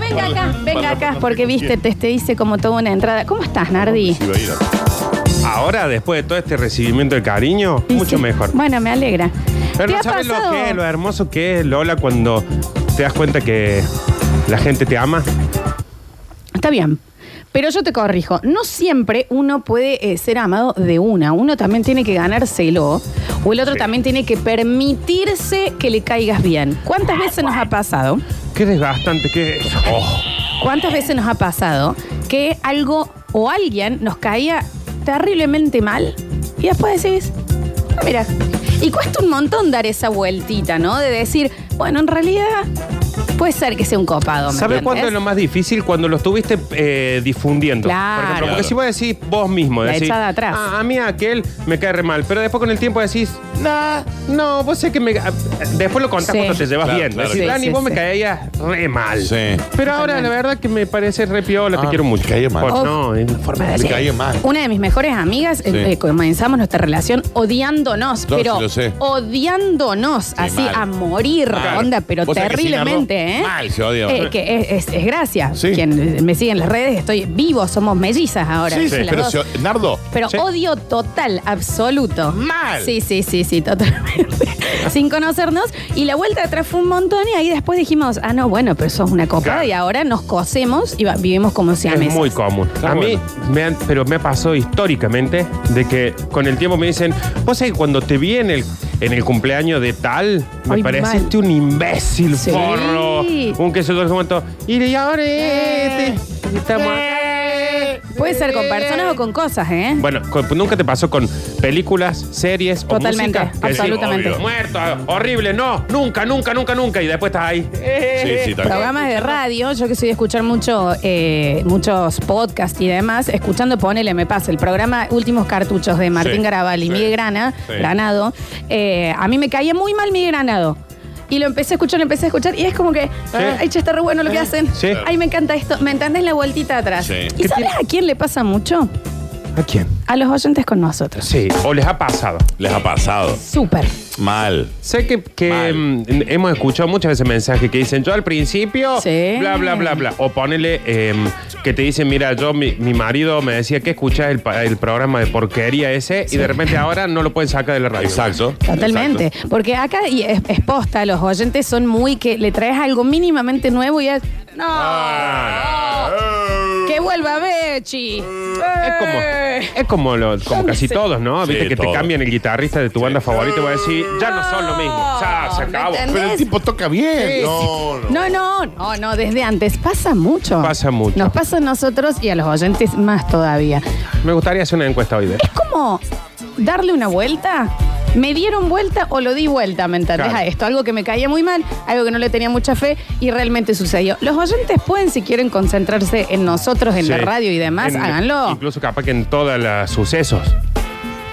venga acá, venga acá, porque viste, te, te hice como toda una entrada. ¿Cómo estás, Nardi? Si va a ir a- Ahora, después de todo este recibimiento de cariño, Sí, mucho sí. mejor. Bueno, me alegra. Pero ¿Te no ha sabes lo pasado? que es, lo hermoso que es, Lola, cuando te das cuenta que la gente te ama. Está bien. Pero yo te corrijo, no siempre uno puede eh, ser amado de una. Uno también tiene que ganárselo o el otro Sí. también tiene que permitirse que le caigas bien. ¿Cuántas Ah, veces nos ha pasado? Qué desgastante que es. Oh, ¿Cuántas veces nos ha pasado que algo o alguien nos caía terriblemente mal y después decís, "Ah, mira, y cuesta un montón dar esa vueltita, ¿no? De decir, bueno, en realidad puede ser que sea un copado. ¿me ¿Sabes entiendes? cuándo es lo más difícil? Cuando lo estuviste eh, difundiendo. Claro. Por ejemplo, porque si vos decís vos mismo, La decís, echada atrás. "Ah, a mí aquel me cae re mal, pero después con el tiempo decís, nah, no, vos sé que me... ca-". Después lo contás Sí. cuando te llevas Claro, bien. claro. decís, Sí, Dani, sí, vos sí. me caías re mal. Sí. Pero ahora la verdad que me parece re piola, te Ah, quiero mucho. me caía mal. Por- no, en forma de Me decir. caía mal. Una de mis mejores amigas, eh, eh, comenzamos nuestra relación odiándonos, Yo pero sí lo sé. odiándonos así mal. a morir, Mal. onda, pero Vos sabés que sin arroz, terriblemente, ¿eh? mal se odiaba. Eh, que es, es, es gracia. Sí. Quien me sigue en las redes, estoy vivo, somos mellizas ahora. Sí, sí, ¿viste? Las pero dos. si o- Nardo, Pero Sí. odio total, absoluto. Mal. Sí, sí, sí, sí, totalmente. Sin conocernos. Y la vuelta de atrás fue un montón y ahí después dijimos, ah, no, bueno, pero sos una copa. Claro. Y ahora nos cosemos y va- vivimos como si Es muy común. Está a mí, bueno. me han- pero me pasó históricamente de que con el tiempo me dicen, vos sabés que cuando te vi en el, en el cumpleaños de tal, me Ay, pareciste un imbécil, Sí. forro, un queso de momento. Y de ahora Eh. este, y estamos- Puede ser con personas o con cosas, ¿eh? Bueno, con- nunca te pasó con películas, series Totalmente, o música. Que decís, absolutamente. "Obvio, Muerto, horrible, no, nunca, nunca, nunca, nunca. Y después estás ahí. Sí, Eh. sí, tal cual. Programas de radio, yo que soy de escuchar mucho, eh, muchos podcasts y demás, escuchando Ponele Me Pasa, el programa Últimos Cartuchos de Martín Sí, Garabal y sí, Miguel Grana, sí. Granado, eh, a mí me caía muy mal Miguel Granado. Y lo empecé a escuchar, lo empecé a escuchar, y es como que, "Ah, ay, che, está re bueno lo que hacen. Eh, Sí. Ay, me encanta esto, ¿me entendés la vueltita atrás? Sí. ¿Y ¿Qué sabes tiene? a quién le pasa mucho? ¿A quién? A los oyentes con nosotros. Sí, o les ha pasado. les ha pasado. Súper. Mal. Sé que, que, Mal. mm, hemos escuchado muchas veces mensajes que dicen yo al principio, Sí. bla, bla, bla, bla. O ponele eh, que te dicen, mira, yo, mi, mi marido me decía que escuchás el, pa- el programa de porquería ese y de repente ahora no lo pueden sacar de la radio. Exacto. Totalmente, Exacto. porque acá y es, es posta, los oyentes son muy que le traes algo mínimamente nuevo y es. ¡No! ¡Que vuelva Bechi! Ah. Eh. Es como, es como, lo- como Yo casi qué sé. todos, ¿no? Sí, Viste que todo. te cambian el guitarrista de tu banda favorita y vas a decir, ya no son lo mismo. Ya, se ¿Me acabó. entendés? Pero el tipo toca bien. No, no. No, no, no, no, desde antes. Pasa mucho. Pasa mucho. Nos pasa a nosotros y a los oyentes más todavía. Me gustaría hacer una encuesta hoy ¿eh? de. Es como darle una vuelta. ¿Me dieron vuelta o lo di vuelta, me entendés? Claro. A esto, algo que me caía muy mal, algo que no le tenía mucha fe y realmente sucedió. Los oyentes pueden, si quieren, concentrarse en nosotros, en la Sí. radio y demás, En- háganlo. Incluso capaz que en todas las sucesos.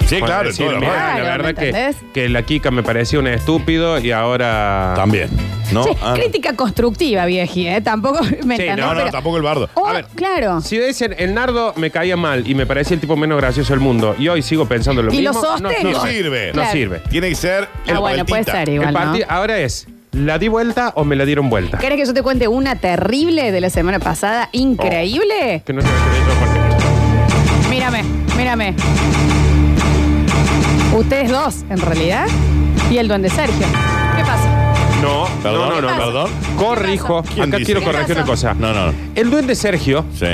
Sí, claro. decir, todo lo "Mirá, mal. Claro, la ¿me verdad que, entendés? que la Kika me parecía un estúpido y ahora. También. ¿No? Che, Ah, no. crítica constructiva, vieji, ¿eh? Tampoco me Sí, entendés, No, no, pero- Oh, tampoco el bardo. O, A ver. Claro. Si dicen, el nardo me caía mal y me parecía el tipo menos gracioso del mundo, y hoy sigo pensando lo Y lo mismo. sostengo. No sirve. No Claro. sirve. Tiene que ser. Ah, la bueno, puede vueltita. ser El igual, ¿no? parti- Ahora es, ¿la di vuelta o me la dieron vuelta? ¿Querés que yo te cuente una terrible de la semana pasada? Increíble. Que no tiene que ver yo con esto. Oh. Mírame, mírame. Ustedes dos, en realidad. Y el duende Sergio. ¿Qué pasa? No, Perdón, no, no, no. perdón. Corrijo. ¿Qué pasó? Acá ¿Quién quiero dice? corregir ¿Qué una cosa. No, no. El duende Sergio, Sí.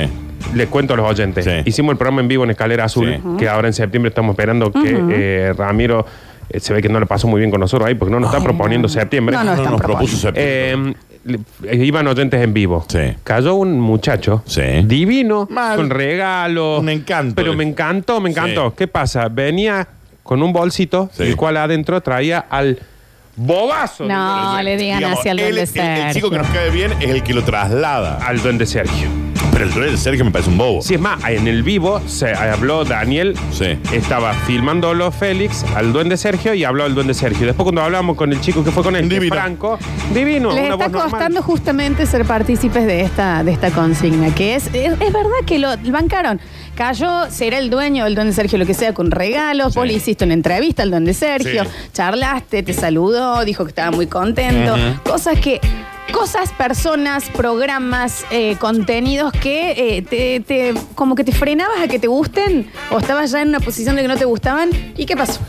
le cuento a los oyentes, Sí. hicimos el programa en vivo en Escalera Azul, Sí. que ahora en septiembre estamos esperando que eh, Ramiro, eh, se ve que no le pasó muy bien con nosotros ahí, porque no nos está proponiendo septiembre. No, no, No están nos proponiendo. propuso ser. Eh, le- eh, iban oyentes en vivo. Sí. Cayó un muchacho Sí. divino, Mal. con regalos. Un encanto. Pero me encantó, me encantó. Sí. ¿Qué pasa? Venía con un bolsito, Sí. el cual adentro traía al bobazo. del duende No, Sergio. le digan Digamos, así al él- duende el, el Sergio. chico que nos cae bien es el que lo traslada. Al duende Sergio. Pero el duelo de Sergio me parece un bobo. Si es más, en el vivo se habló Daniel, Sí. estaba filmándolo Félix, al duende Sergio y habló al duende Sergio. Después cuando hablamos con el chico que fue con él, que Divino. Franco, divino, Les una está voz normal. costando justamente ser partícipes de esta, de esta consigna, que es, es, es verdad que lo bancaron. Cayó, será el dueño, el don de Sergio, lo que sea, con regalos. Vos Sí. le hiciste una entrevista al don de Sergio, Sí. charlaste, te saludó, dijo que estaba muy contento. Cosas que cosas, personas, programas, eh, contenidos que eh, te, te- como que te frenabas a que te gusten o estabas ya en una posición de que no te gustaban. ¿Y qué pasó?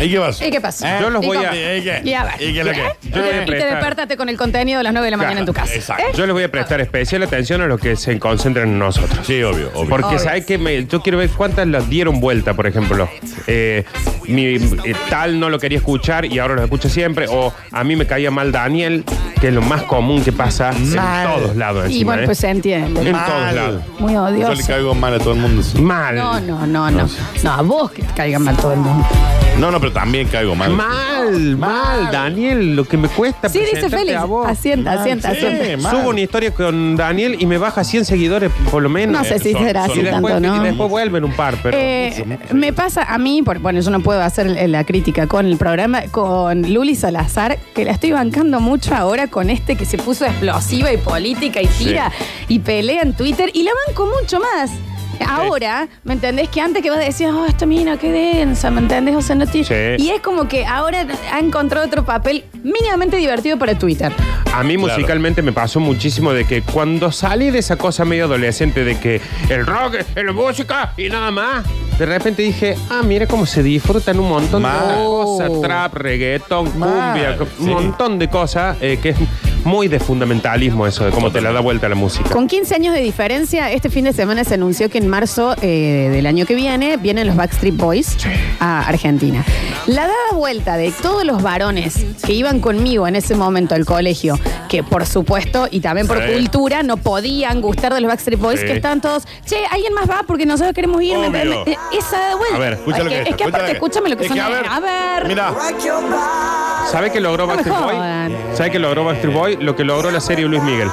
¿Y qué vas? ¿Y qué pasó? Eh, Yo los ¿Y voy cómo? a- ¿Y qué? Y a ver. ¿Y qué es lo Y que? Yo voy a te- y te prestar- despertaste con el contenido de las 9 de la mañana en tu casa. exacto. ¿eh? Yo les voy a prestar especial atención a los que se concentran en nosotros. Sí, obvio, obvio. Porque Obvio. sabes que yo quiero ver cuántas las dieron vuelta, por ejemplo. Eh, mi eh, tal no lo quería escuchar y ahora lo escucha siempre. O a mí me caía mal Daniel, que es lo más común que pasa Mal. en todos lados. Y encima, bueno, ¿eh? pues se entiende. en Mal. todos lados. Muy Yo le odioso. caigo mal a todo el mundo. sí. Mal. eh, No, no, no, no. No, a vos que te caigan mal todo el mundo. No, no, pero también caigo mal. Mal, mal, Daniel, lo que me cuesta Sí, dice presentarte Félix. a vos. Asienta, asienta, sí. asienta. mal. Subo una historia con Daniel y me baja 100 seguidores por lo menos. No sé si son- será son- así y, después, tanto, ¿no? y después vuelven un par, pero... Eh, mucho. me pasa a mí, por, bueno, yo no puedo hacer eh, la crítica con el programa, con Luli Salazar, que la estoy bancando mucho ahora con este que se puso explosiva y política y tira y pelea en Twitter y la banco mucho más. Ahora, ¿me entendés? Que antes que vos decías, oh, esta mina, qué densa, ¿me entendés? O sea, no tiene... Sí. Y es como que ahora ha encontrado otro papel mínimamente divertido para Twitter. A mí musicalmente me pasó muchísimo de que cuando salí de esa cosa medio adolescente de que el rock es la música y nada más, de repente dije, ah, mira cómo se disfrutan un montón de Mal. cosas, trap, reggaetón, Mal, cumbia, co- sí. un montón de cosas eh, que es muy de fundamentalismo eso, de cómo te la da vuelta la música. Con 15 años de diferencia, este fin de semana se anunció que en marzo eh, del año que viene vienen los Backstreet Boys a Argentina. La dada vuelta de todos los varones que iban conmigo en ese momento al colegio, que por supuesto y también por Sí. cultura no podían gustar de los Backstreet Boys, Sí. que estaban todos, che, alguien más va porque nosotros queremos ir. ¿me Obvio. entiendes? Eh, Esa dada vuelta. A ver, Escucha Es lo que que, es que aparte, escúchame lo que Es son. a ver. A ver. Mira, ¿Sabe qué No logró me Backstreet Boy? jodan. ¿Sabe qué logró Backstreet Boy? Lo que logró la serie Luis Miguel.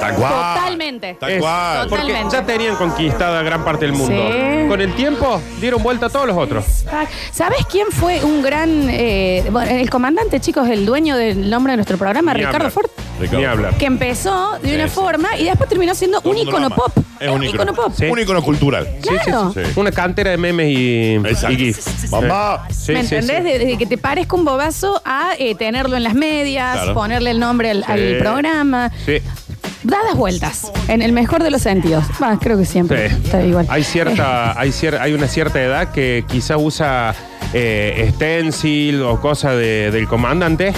tal cual. Totalmente. Tal Es- cual. Total- Porque Totalmente. ya tenían conquistada gran parte del mundo. Sí. Con el tiempo dieron vuelta a todos los otros. Fuck. ¿Sabes quién fue un gran. eh, bueno, el comandante, chicos, el dueño del nombre de nuestro programa, Ni Ricardo hablar. Ford? Ricardo. Ni hablar. Que empezó de una Sí, sí. forma y después terminó siendo Todo un el mundo icono lo ama. pop. Es un icono pop. Sí. Un icono cultural. Sí, sí, Claro. sí, sí. Una cantera de memes y, Exacto. y GIF. Mamá. Sí, ¿Me sí, entendés? sí. Desde que te parezca un bobazo a eh, tenerlo en las medias, Claro. ponerle el nombre al, al Sí. programa. Sí. Dadas vueltas, en el mejor de los sentidos. Bah, creo que siempre Sí. está igual. Hay cierta, hay cier- hay una cierta edad que quizá usa eh, stencil o cosa de- del comandante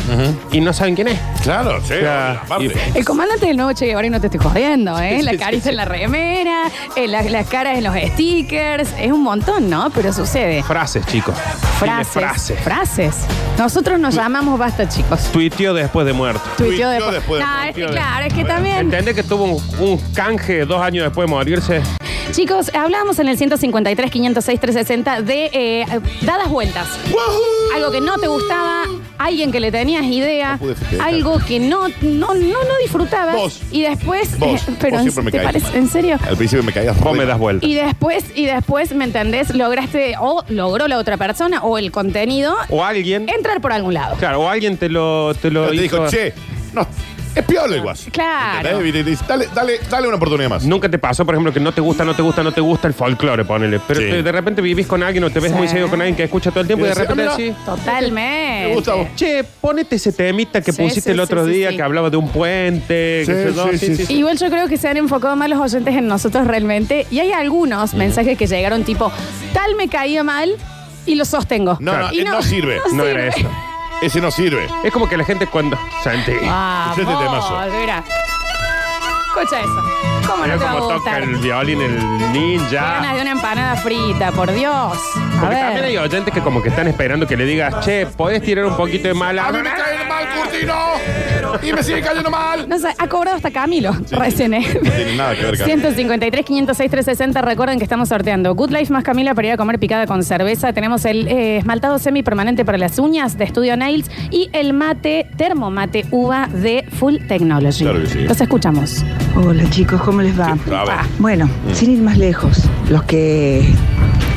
y no saben quién es. Claro, sí. O sea, aparte. y- El comandante del nuevo Che Guevara y no te estoy jodiendo, ¿eh? Sí, la sí, carita en la remera, eh, la- las caras en los stickers, es un montón, ¿no? Pero sucede. frases, chicos. Tiene Frases. Frases. Frases. Nosotros nos llamamos basta, chicos. Tuiteó después de muerto. Tuiteó Tuiteó después. después de Nah, muerto. es que, claro, es que también. ¿Entendés que tuvo un, un canje dos años después de morirse? Chicos, hablábamos en el 153, 506, 360 de eh, dadas vueltas. Algo que no te gustaba, alguien que le tenías idea, No pude festejar. algo que no, no, no, no disfrutabas. Vos. Y después. Vos. pero Vos siempre me ¿te caíste parece? mal. ¿En serio? Al principio me caías. Vos me das vuelta. Y después, y después, ¿me entendés? Lograste, o logró la otra persona, o el contenido, O alguien. entrar por algún lado. Claro, o alguien te lo, te lo Pero te hizo- dijo, che, no, es piola el guaso. Claro. ¿Entendés? Y te dice, Dale, dale, dale una oportunidad más. Nunca te pasó, por ejemplo, que no te gusta, no te gusta, no te gusta el folclore, ponele. Pero Sí. te- de repente vivís con alguien o te ves Sí. muy seguido con alguien que escucha todo el tiempo y, Y de decís, repente "Ah, mira". decís, Totalmente. Me gusta vos. che, ponete ese temita que Sí, pusiste sí, el otro sí, sí, día sí. que hablaba de un puente. Sí, que sé yo". sí, sí, sí. Igual yo creo que se han enfocado más los oyentes en nosotros realmente. Y hay algunos mensajes que llegaron tipo, tal me caía mal y lo sostengo. No, no, Y no sirve. No era sirve. eso. Ese no sirve. Es como que la gente cuando... Santi. Vamos, Este temazo. mira. Escucha eso. ¿Cómo no Mira te va a cómo toca gustar? el violín, el ninja. Ganas de una empanada frita, por Dios. A Porque ver. también hay oyentes que como que están esperando que le digas, che, ¿podés tirar un poquito de mala? A mí me cae mal Curtino y me sigue cayendo mal. No sé, ha cobrado hasta Camilo recién, ¿eh? No tiene nada que ver, Camilo. 153, 506, 360. Recuerden que estamos sorteando Good Life más Camila para ir a comer picada con cerveza. Tenemos el eh, esmaltado semipermanente para las uñas de Estudio Nails y el mate, termomate uva de Full Technology. Claro que sí. Los escuchamos. Hola chicos, ¿cómo les va? A ver. Bueno, Mm. sin ir más lejos, los que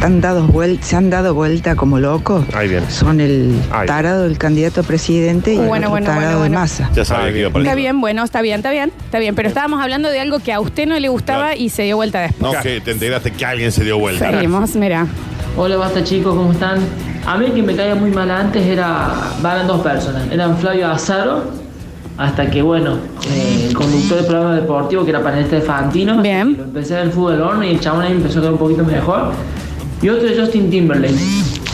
han dado vuel- se han dado vuelta como locos Ahí viene. son el Ahí. tarado del candidato a presidente y el Bueno, otro bueno, tarado bueno, bueno. de masa. Ya sabía que iba a aparecer. Está bien, bueno, está bien, está bien, está bien. Pero estábamos hablando de algo que a usted no le gustaba Claro. y se dio vuelta después. No, que te enteraste que alguien se dio vuelta. Seguimos, mira. Hola, basta chicos, ¿cómo están? A mí el que me caía muy mal antes era, van dos personas, eran Flavio Azaro Hasta que, bueno, eh, el conductor del programa deportivo, que era panelista de Fantino, Bien. lo empecé en el fútbol horno y el chabón ahí empezó a tocar un poquito mejor. Y otro de Justin Timberlake.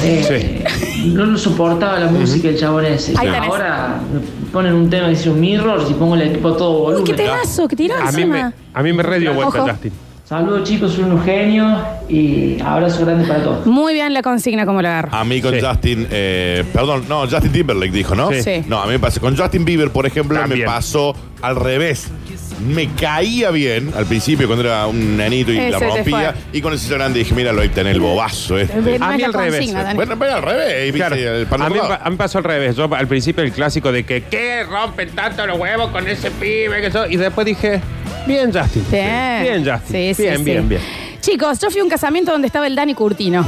Eh, No lo soportaba la música el chabón ese. Ahí tenés. Ahora me ponen un tema que dice un Mirrors y pongo el equipo a todo Uy, volumen. qué pedazo, que tiró A mí me, encima. a mí me re dio vuelta, Ojo. Justin. Saludos chicos, son unos genios y abrazo grande para todos. Muy bien la consigna como la Ah. agarro. A mí con Sí. Justin, eh, perdón, no, Justin Timberlake dijo, ¿no? Sí. Sí. No, a mí me pasó. Con Justin Bieber, por ejemplo, También. me pasó al revés. Me caía bien al principio cuando era un nanito y Ese la Eh, te fue. rompía. Y con el señor grande dije, míralo ahí tenés el bobazo este. Eh, no a es mí la al revés, consigna, Dani. Bueno, pero al revés, ¿viste? Claro. El pan a, mí, rodado. pa- a mí pasó al revés. Yo al principio el clásico de que ¿qué rompen tanto los huevos con ese pibe? Que eso? Y después dije, bien, Justin. Bien. Bien, Justin. Sí, sí, bien, sí. bien, bien. Chicos, yo fui a un casamiento donde estaba el Dani Curtino.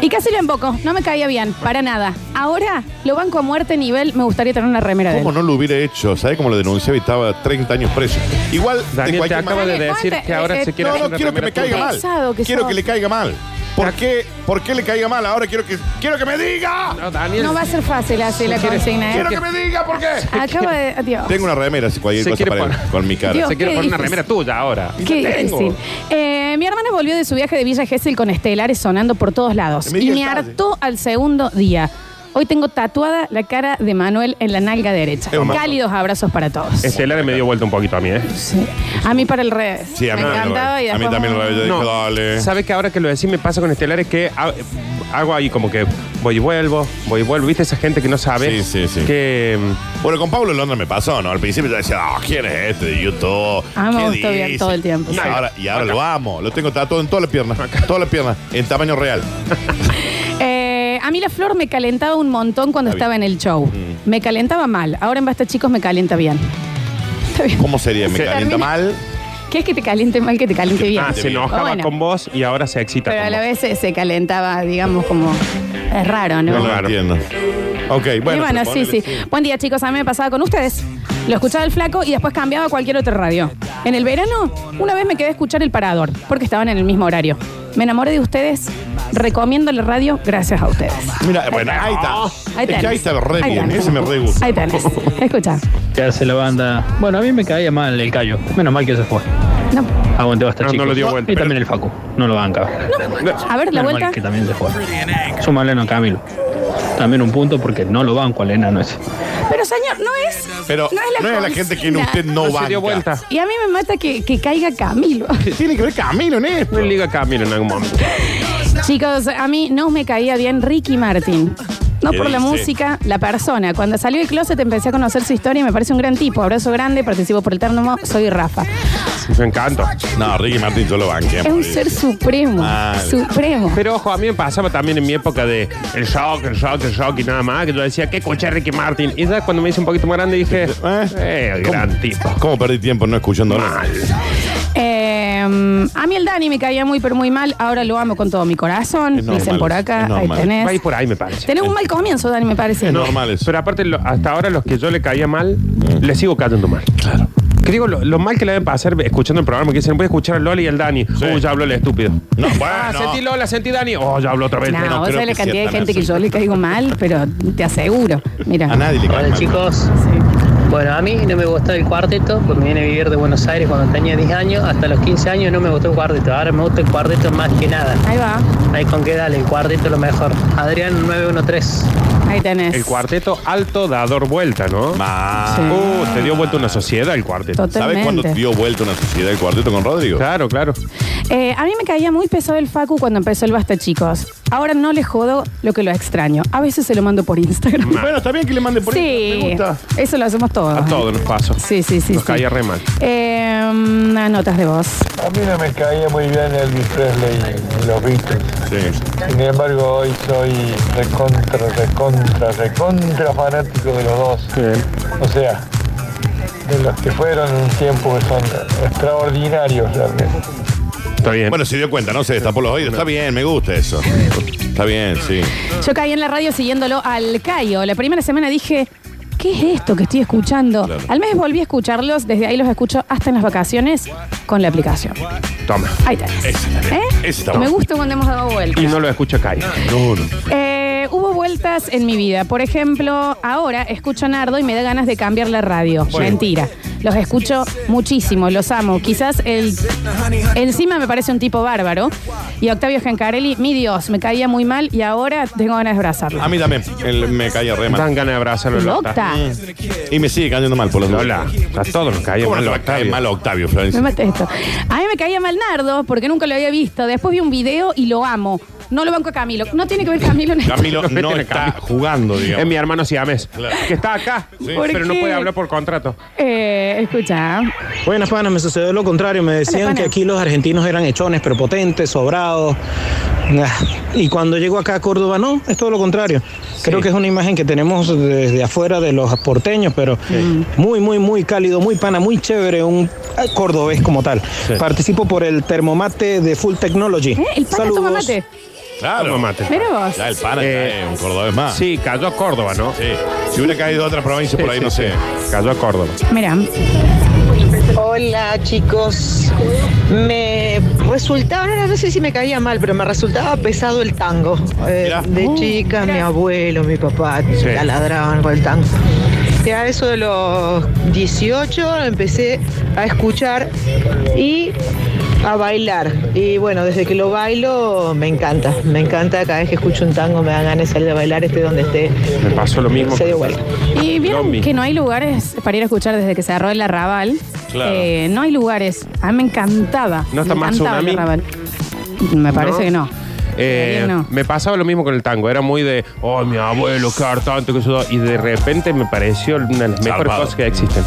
Y casi lo emboco, no me caía bien, para nada. Ahora lo banco a muerte nivel, me gustaría tener una remera de él. ¿Cómo no lo hubiera hecho? ¿Sabes cómo lo denunciaba y estaba 30 años preso? Igual, de Daniel, te cualquier acabo manera- de Dale, decir ponte, que ahora eh, se no, quiere No, hacer no, una quiero que me remera caiga tuya. mal. Pesado que quiero sos. que le caiga mal. ¿Por qué, ¿Por qué le caiga mal? Ahora quiero que, quiero que me diga. No, Daniel, No va a ser fácil así la consigna, ¿eh? Quiero que me diga por qué. Acaba de. Adiós. Tengo una remera, si cualquier Se cosa quiere para él, poner. con mi cara. Dios. se quiere Qué poner una difícil. remera tuya ahora. Y Qué la tengo. difícil. Eh, mi hermana volvió de su viaje de Villa Gesell con estelares sonando por todos lados. Me y di me el talle. hartó al segundo día. Hoy tengo tatuada la cara de Manuel en la nalga derecha. hermoso. Cálidos abrazos para todos. Estelar me dio vuelta un poquito a mí, ¿eh? Sí. A mí para el revés. Sí, a mí me también lo encantaba veo. y A mí después- también lo veo. Yo dije, dale. ¿Sabes que ahora que lo decís me pasa con estelares que ha- hago ahí como que voy y vuelvo, voy y vuelvo? ¿Viste esa gente que no sabe? Sí, sí, sí. Que. mm, Bueno, con Pablo Londra me pasó, ¿no? Al principio yo decía, ah, ¿quién es este de YouTube? Ah, me ¿Qué gustó bien dice?" todo el tiempo, Y sí. ahora, y ahora lo amo. Lo tengo tatuado en toda la pierna. Toda la pierna. En tamaño real. Eh, a mí la flor me calentaba un montón cuando Está estaba en bien. Mm. el show. Me calentaba mal. Ahora en Basta Chicos me calienta bien. Está bien. ¿Cómo sería? ¿Me Se calienta termina- mal? ¿Qué es que te caliente mal que te caliente bien? ah, se bien. enojaba Bueno. con vos y ahora se excita. Pero con a la vos. vez se- se calentaba, digamos, como. Es raro, ¿no? No lo Claro. entiendo. Ok, bueno. y bueno, pero sí, ponele, sí, Buen día, chicos. A mí me pasaba con ustedes. Lo escuchaba el flaco y después cambiaba a cualquier otra radio. En el verano, una vez me quedé a escuchar el parador, porque estaban en el mismo horario. Me enamoré de ustedes. Recomiendo la radio gracias a ustedes. Mira, bueno, ahí está. Ahí es tenés. que ahí está re Ahí bien. tenés. Ese me re gusta. Ahí tenés. Escucha. ¿Qué hace la banda? Bueno, a mí me caía mal el callo. Menos mal que se fue. No. Aguantó hasta No, no chicos. lo dio vuelta. Y también el Facu. No lo banca. A ver, la Menos vuelta. mal que también se fue. Suma al enano Camilo. También un punto porque no lo banco al enano ese. Pero señor, no es. Pero no es la, gente que consigna. usted no, No va. se dio vuelta. Y a mí me mata que, que caiga Camilo. Tiene que ver Camilo en esto. Me liga Camilo en algún momento. Chicos, a mí no me caía bien Ricky Martin. No ¿Qué por la dice? música, la persona. Cuando salió del closet empecé a conocer su historia y me parece un gran tipo. Abrazo grande, participo por el término, soy Rafa. Me encanta. No, Ricky Martin yo lo banqué. Es un ser supremo, Mal. supremo. Pero ojo, a mí me pasaba también en mi época de el shock, el shock, el shock y nada más, que yo decía que escuché a Ricky Martin. Y ya cuando me hice un poquito más grande dije, eh, el ¿Cómo? gran tipo. ¿Cómo perdí tiempo no escuchando Mal. Eh, a mí el Dani me caía muy, pero muy mal. Ahora lo amo con todo mi corazón. Es Dicen normal, por acá, es ahí normal. Va a tenés. ir por ahí, me parece. Tenés un mal comienzo, Dani, me parece. No. normal eso. Pero aparte, lo- hasta ahora los que yo le caía mal, le sigo cayendo mal. Claro. Que digo, lo, lo mal que le deben pasar escuchando el programa, que dicen, voy a escuchar a Lola y al Dani. Sí. Uy, ya habló el estúpido. No, Ah, bueno. sentí Lola, sentí Dani. Oh, ya habló otra vez. No, no vos creo sabés la que cantidad de sea tan gente que así. yo le caigo mal, pero te aseguro. Mira. A nadie le cae Hola mal. chicos. Bueno, a mí no me gustaba el cuarteto porque me vine a vivir de Buenos Aires cuando tenía 10 años. Hasta los 15 años no me gustó el cuarteto. Ahora me gusta el cuarteto más que nada. Ahí va, No hay con qué darle, el cuarteto es lo mejor. Adrián 913. ahí tenés. El cuarteto alto dador vuelta, ¿no? Mal. Sí. Uh, te dio vuelta una sociedad el cuarteto. ¿Sabes cuándo Totalmente. dio vuelta una sociedad el cuarteto con Rodrigo? Claro, claro. Eh, a mí me caía muy pesado el Facu cuando empezó el Basta, chicos. Ahora no le jodo lo que lo extraño. A veces se lo mando por Instagram. Bueno, está bien que le manden por sí, Instagram, me gusta. eso lo hacemos todos. ¿eh? A todos nos pasó. Sí, sí, sí. Nos sí. caía re mal. Eh, mm, notas de voz. A mí no me caía muy bien Elvis Presley y los Beatles. Sí. Sin embargo, hoy soy recontra, recontra, recontra fanático de los dos. O sea, de los que fueron un tiempo que son extraordinarios realmente. Está bien. Bueno, se dio cuenta, no se destapó los oídos. Está bien, me gusta eso. Está bien, sí. Yo caí en la radio siguiéndolo al Cayo. La primera semana dije, ¿qué es esto que estoy escuchando? Claro. Al mes volví a escucharlos, desde ahí los escucho hasta en las vacaciones con la aplicación. toma. Ahí tenés. Ese está ¿Eh? bien, ese está Me bueno. gusta cuando hemos dado vuelta. Y no lo escucha caer. Ah, No, no. Eh, hubo vueltas en mi vida. Por ejemplo, ahora escucho a Nardo y me da ganas de cambiar la radio. Bueno. Mentira. Los escucho muchísimo, los amo. Quizás el, encima me parece un tipo bárbaro. Y Octavio Gencarelli, mi Dios, me caía muy mal y ahora tengo ganas de abrazarlo. A mí también. Él me caía re mal. Dan ganas de abrazarlo, Lota. Lota, Y me sigue cayendo mal por los dos. Lola, a todos nos cae ¿Cómo mal no le cae Octavio. mal a Octavio, me Florencia? maté esto. A mí me caía mal Nardo porque nunca lo había visto. Después vi un video y lo amo. No lo banco a Camilo. No tiene que ver Camilo en esto. Camilo No, no tiene está Camilo. jugando, Es mi digamos. hermano Siames, Claro. que está acá, ¿Por pero no qué? puede hablar por contrato. Eh, escucha. Buenas, panas, me sucedió lo contrario. Me Hola, decían pana. que aquí los argentinos eran hechones, prepotentes, sobrados. Nah. Y cuando llego acá a Córdoba, no, es todo lo contrario. Creo que es una imagen que tenemos desde afuera de los porteños, pero muy, muy, muy cálido, muy pana, muy chévere, un eh, cordobés como tal. Participo por el termomate de Full Technology. ¿Eh? El pana toma Saludos. mate. Claro. Toma mate. Mira vos. Ya, el pana Eh, cae un cordobés más. Sí, cayó a Córdoba, ¿no? Ah. Sí. Si hubiera caído a otra provincia por ahí, no sé. Cayó a Córdoba. Mira. Hola chicos, me resultaba, no, no sé si me caía mal, pero me resultaba pesado el tango. Eh, Mirá. de chica, mi abuelo, mi papá Sí. la ladraban con el tango. Y a eso de los 18 empecé a escuchar y a bailar. Y bueno, desde que lo bailo me encanta, me encanta. Cada vez que escucho un tango me dan ganas de salir a bailar, esté donde esté, Me pasó lo mismo. se dio vuelta. Y vieron Lomi. que no hay lugares para ir a escuchar desde que se cerró el arrabal. Claro. Eh, no hay lugares. A mí me encantaba. ¿No está me más encantaba el Tsunami? arrabal. Me parece que no. Eh, Todavía no. Me pasaba lo mismo con el tango. Era muy de, oh, mi abuelo, qué hartante, que eso. Y de repente me pareció una de las mejores Zarpado. cosas que existen.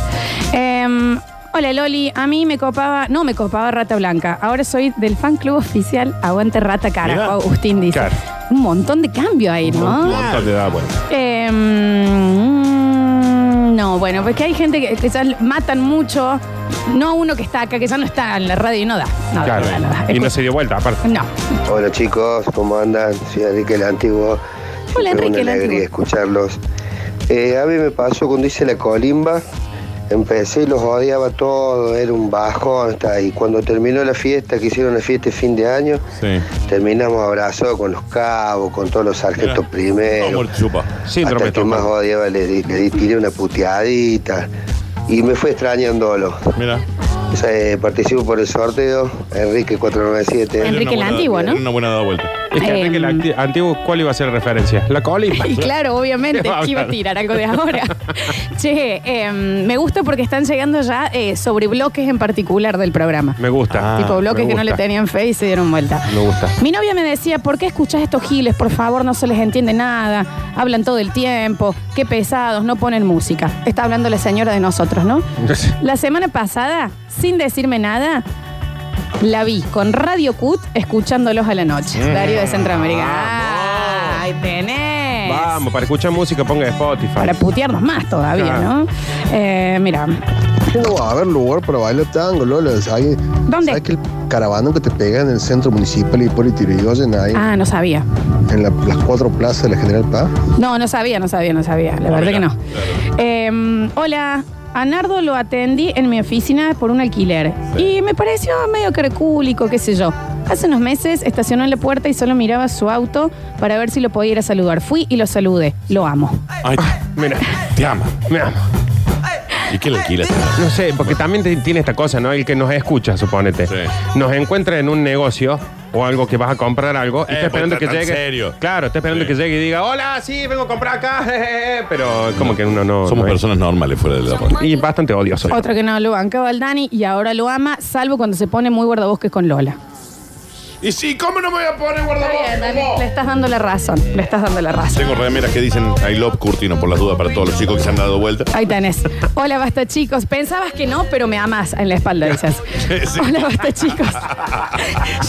Em, hola Loli, a mí me copaba, no me copaba Rata Blanca. Ahora soy del fan club oficial Aguante Rata Carajo, Mirá. Agustín dice. Claro. Un montón de cambio ahí, Un ¿no? montón de edad, bueno. Em, mm, no, bueno, pues que hay gente que que ya matan mucho. No uno que está acá, que ya no está en la radio y no da. No da, Claro. no da, no da. Y no Ah, Escucha- se dio vuelta, aparte. No. Hola chicos, ¿cómo andan? Soy Enrique el Antiguo. Hola, Siempre Enrique el Antiguo. Una alegría escucharlos. Eh, a mí me pasó cuando hice la colimba, empecé y los odiaba todo, era un bajón. hasta- Y cuando terminó la fiesta, que hicieron la fiesta de fin de año, Sí. terminamos abrazados con los cabos, con todos los sargentos Mirá. primero. Amor, chupa. Síndrome hasta de el que Estocolmo. más odiaba le, di- le di- tiré una puteadita. Y me fue extrañándolo. Mira. Eh, participo por el sorteo, Enrique 497. Enrique Era una el buena- Antiguo, ¿no? era Una buena dada vuelta. Es que Enrique Em. el anti- antiguo, ¿cuál iba a ser la referencia? La colimba. Y claro, obviamente, ¿Qué va a que iba a hablar? tirar algo de ahora. che, em, me gusta porque están llegando ya eh, sobre bloques en particular del programa. Me gusta. Ah, tipo bloques me que no le gusta. tenían fe y se dieron vuelta. Me gusta. Mi novia me decía, ¿por qué escuchás estos giles? Por favor, no se les entiende nada. Hablan todo el tiempo. Qué pesados, no ponen música. Está hablando la señora de nosotros, ¿no? La semana pasada, sin decirme nada, la vi con Radio Cut escuchándolos a la noche. Darío de Centroamérica. Mm. Vamos. ¡Ay, tenés! Vamos, para escuchar música ponga Spotify. Para putearnos más todavía, Claro. ¿no? Eh, mira, No va a haber lugar para bailar tango, Lola. Hay, ¿Dónde? ¿Sabes que el caravano que te pega en el centro municipal Hipólito Yrigoyen ahí, ah, no sabía. en la- las cuatro plazas de la General Paz? No, no sabía, no sabía, no sabía. La verdad que no. Eh, hola, a Nardo lo atendí en mi oficina por un alquiler. Y me pareció medio caracúlico, qué sé yo. Hace unos meses estacionó en la puerta y solo miraba su auto para ver si lo podía ir a saludar. Fui y lo saludé. Lo amo. Ay, Mira, te ama. me amo. ¿Y qué le alquila? No sé, porque también te- tiene esta cosa, ¿no? El que nos escucha, suponete. Sí. Nos encuentra en un negocio o algo que vas a comprar algo y Eh, está esperando pues, que tan llegue. serio. Claro, está esperando Sí. que llegue y diga, hola, sí, vengo a comprar acá. jejeje", Pero como que uno no. Somos no es. personas normales fuera de la radio. Y bastante odioso. Otro que no lo bancaba al Dani y ahora lo ama, salvo cuando se pone muy guardabosques con Lola. Y sí, ¿cómo no me voy a poner guardabosques? le estás dando la razón. Le estás dando la razón. Tengo remeras que dicen I love Curtino por las dudas para todos los chicos que se han dado vuelta. Ahí tenés. Hola, basta chicos. Pensabas que no, pero me amás en la espalda, dices. sí. Hola, basta chicos.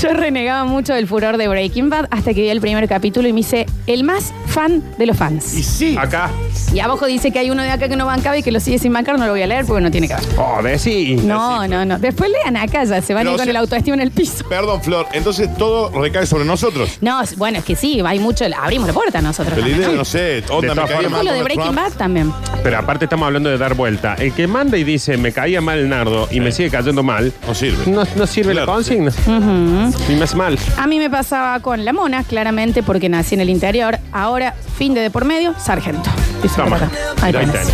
Yo renegaba mucho del furor de Breaking Bad hasta que vi el primer capítulo y me hice el más fan de los Y fans. sí. Acá. Y abajo dice que hay uno de acá que no bancaba y que lo sigue sin bancar, no lo voy a leer porque no tiene que ver. Oh, decí. No, no, no. Después lean acá ya, se van a Pero, ir o con sea- el autoestima en el piso. Perdón, Flor. Entonces entonces todo recae sobre nosotros. No, es- bueno, es que sí, hay mucho. Abrimos la puerta nosotros. Pero la también, idea, no sé, De onda, me todas caía formas. mal Lo de Donald Breaking Trump. Bad también. Pero aparte estamos hablando de dar vuelta. El que manda y dice, me caía mal Nardo y me sigue cayendo mal. No sirve. No, no sirve la consigna. Ujú. Y me hace mal. A mí me pasaba con la mona, claramente, porque nací en el interior. Ahora, fin de de por medio, sargento. Dice Toma. por acá. Ahí Ahí tenés.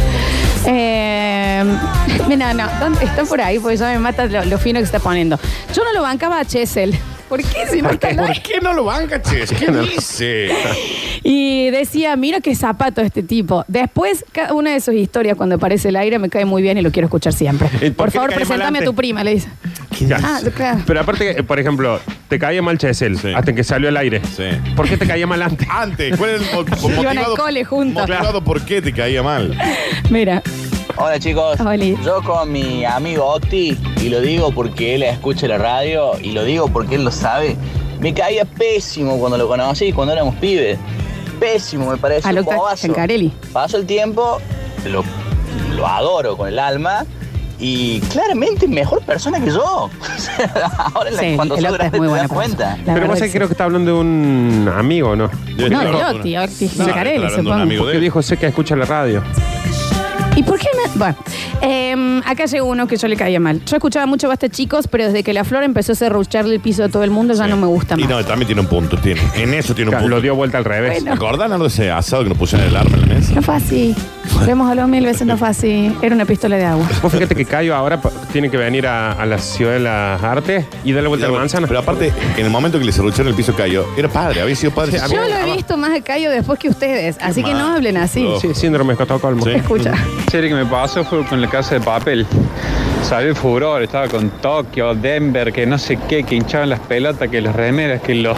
Eh, mira, no, ¿dónde está por ahí? Porque ya me mata lo, lo fino que se está poniendo. Yo no lo bancaba a Chesel. ¿Por qué? Si no está al aire. ¿Por qué no lo banca, che? ¿Qué no? dice? Y decía, mira qué zapato este tipo. Después, cada una de sus historias, cuando aparece el aire, me cae muy bien y lo quiero escuchar siempre. ¿Y Por favor, por qué le cae mal presentame a antes? tu prima, le dice. Ya. Ah, claro. Pero aparte, eh, por ejemplo, te caía mal Chesel Sí. hasta que salió al aire. Sí. ¿Por qué te caía mal antes? Ah, Antes, ¿cuál era el mo- al motivado? cole juntos. motivado por qué te caía mal? Mira, Hola chicos, Oli. yo con mi amigo Oti, y lo digo porque él escucha la radio y lo digo porque él lo sabe, me caía pésimo cuando lo conocí, cuando éramos pibes. Pésimo, me parece. a un Luca bobazo. Giancarelli. Paso el tiempo, lo, lo adoro con el alma y claramente mejor persona que yo. Ahora en la- Sí, cuando el sos Octa es grande muy te buena das cuenta. persona. La Pero verdad vos que sí. sabés que creo que está hablando de un amigo, ¿no? Debe No, estar de hablando Lotti, una- Octi Sí, Giancarelli, está hablando un supongo. amigo de Porque él. dijo, sé que escucha la radio. ¿Y por qué me.? Bueno, eh, acá llegó uno que yo le caía mal. Yo escuchaba mucho Basta Chicos, pero desde que la flor empezó a serrucharle el piso a todo el mundo, ya no me gusta Y más. no, también tiene un punto, tiene. En eso tiene un Claro, Lo punto. dio vuelta al revés. Bueno. ¿Acordás no, de ese asado que nos pusieron el arma en la mesa? No fue así. Lo hemos hablado mil veces, no fue así. Era una pistola de agua. Vos fíjate que Cayo ahora pa- tiene que venir a, a la ciudad de las artes y darle vuelta a la manzana. Pero aparte, en el momento que le cerrucharon el piso cayó, era padre, había sido padre. Yo lo he visto más a Cayo después que ustedes, así que no mal. hablen así. Oh. Sí, síndrome de Estocolmo. Sí. Escucha. serie que me pasó fue con la casa de papel. Salió el furor, estaba con Tokio, Denver, que no sé qué, que hinchaban las pelotas, que las remeras, que los,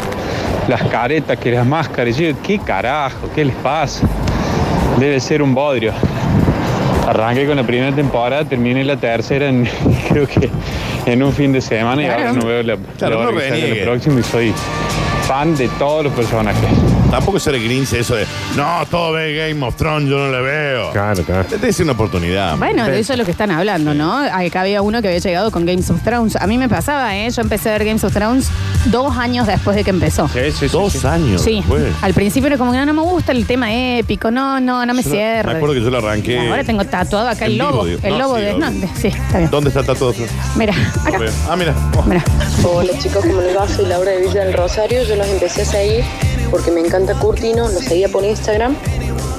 las caretas, que las máscaras. Y yo, ¿qué carajo? ¿Qué les pasa? Debe ser un bodrio. Arranqué con la primera temporada, terminé la tercera en, creo que en un fin de semana y Claro. ahora no veo la, Claro, la hora no que sale la reniegue. próxima y soy fan de todos los personajes. Tampoco será grince eso de, no, todo ve Game of Thrones, yo no le veo. Claro, claro. Te dice una oportunidad. Bueno, de eso es lo que están hablando, ¿no? Acá había uno que había llegado con Games of Thrones. A mí me pasaba, ¿eh? Yo empecé a ver Games of Thrones dos años después de que empezó. Sí, sí, sí, Dos sí. años. Sí, después. al principio era como que no, no me gusta el tema épico, no, no, no me cierra. Me acuerdo que yo lo arranqué. Ahora tengo tatuado acá el En vivo, lobo, digo. el No, lobo sí, de... obvio. No, de- sí, está bien. ¿Dónde está Tato? Mira, No acá, veo. Ah, mira. Oh. mira. Hola chicos, como les va? Soy Laura de Villa del Rosario. Yo los empecé a seguir porque me encanta Curtino, los seguía por Instagram